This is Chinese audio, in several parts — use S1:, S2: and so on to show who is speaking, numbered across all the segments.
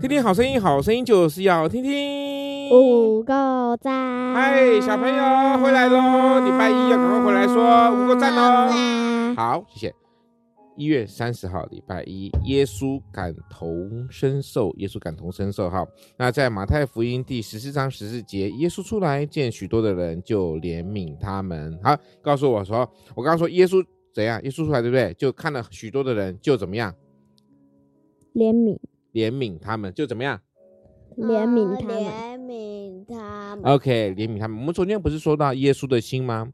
S1: 听听好声音，好声音就是要听听。
S2: 五个赞！
S1: 嗨，哎小朋友回来喽！礼拜一啊要赶快回来说五个赞哦喽。
S3: 嗯
S2: 啦！
S1: 好，谢谢。一月三十号，礼拜一，耶稣感同身受，耶稣感同身受哈。那在马太福音第十四章十四节，耶稣出来见许多的人，就怜悯他们。好，告诉我说，我刚刚说耶稣怎样？耶稣出来对不对？就看了许多的人，就怎么样？
S2: 怜悯，
S1: 怜悯他们，就怎么样？
S2: 怜悯他们。
S3: 怜悯
S1: 啊
S3: 他们。
S1: OK，怜悯他们。我们昨天不是说到耶稣的心吗？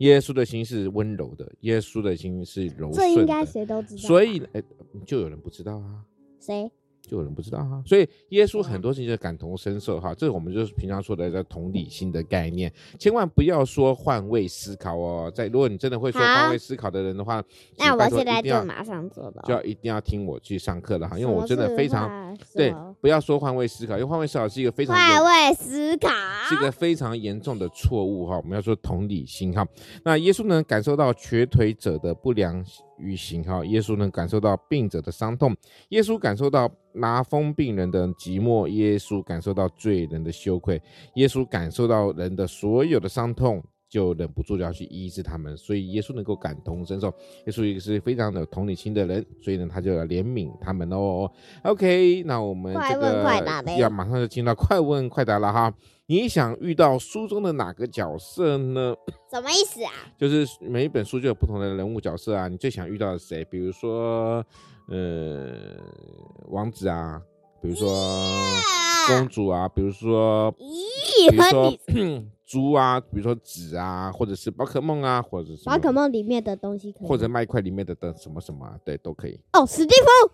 S1: 耶稣的心是温柔的，耶稣的心是柔
S2: 这应
S1: 顺
S2: 该
S1: 的。
S2: 谁都知道吧。
S1: 所以，哎，就有人不知道啊，
S2: 谁？
S1: 就有人不知道啊。所以，耶稣
S2: 对啊
S1: 很多事情就感同身受哈，这我们就是平常说的叫同理心的概念。千万不要说换位思考哦。在如果你真的会说
S3: 好
S1: 换位思考的人的话，
S3: 那
S1: 请拜
S3: 我
S1: 托
S3: 现在
S1: 一定要
S3: 就马上做了
S1: 就
S3: 哦。
S1: 要一定要听我去上课了哈，因
S3: 什
S1: 为我
S3: 么
S1: 真的
S3: 是
S1: 非常
S3: 换什
S1: 对
S3: 么，
S1: 不要说换位思考，因为换位思考是一个非常严
S3: 换位思考。
S1: 是一个非常严重的错误哈。我们要说同理心哈。那耶稣呢，感受到瘸腿者的不良于行哈，耶稣呢，感受到病者的伤痛，耶稣感受到麻风病人的寂寞，耶稣感受到罪人的羞愧，耶稣感受到人的所有的伤痛。就忍不住要去医治他们，所以耶稣能够感同身受，耶稣也是非常有同理心的人，所以呢，他就要怜悯他们哦。OK，那我们
S3: 快
S1: 这
S3: 问
S1: 个
S3: 快答呗
S1: 要马上就进到快问快答了哈。你想遇到书中的哪个角色呢？
S3: 什么意思啊？
S1: 就是每一本书就有不同的人物角色啊，你最想遇到的谁？比如说，呃，王子啊，比如说公主啊，比如说，比
S3: 咦，
S1: 如
S3: 和
S1: 说
S3: 你
S1: 猪啊，比如说纸啊，或者是宝可梦啊，或者是什么
S2: 宝可，梦里面的东西可以吗。
S1: 或者麦块里面的的什么什么啊，对，都可以。
S2: 哦，史蒂夫。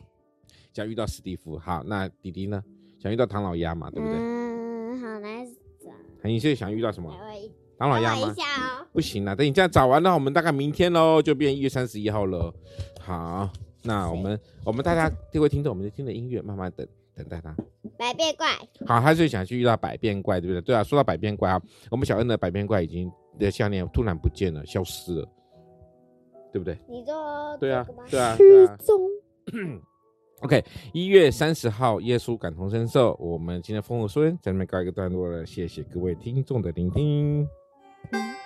S1: 想遇到史蒂夫，好，那弟弟呢？想遇到唐老鸭嘛，对不对？
S3: 嗯，好难找。
S1: 你是想遇到什么？
S3: 来，我
S1: 唐老
S3: 等
S1: 鸭
S3: 我
S1: 吗
S3: 一？下哦。
S1: 不行啦，等你这样找完了，我们大概明天喽，就变一月三十一号了。好，那我们我们大家各位听众，我们就听着音乐，慢慢等等待他。
S3: 百变怪，
S1: 好，他最想去遇到百变怪，对不对？对啊，说到百变怪啊，我们小恩的百变怪已经的项链突然不见了，消失了，对不对？
S3: 你做
S1: 对啊
S3: 这个吗，
S1: 对啊，对
S2: 失
S1: 啊。
S2: 踪。
S1: OK，一月三十号，耶稣感同身受。我们今天《风和说》在那边告一个段落了，谢谢各位听众的聆听。
S2: 嗯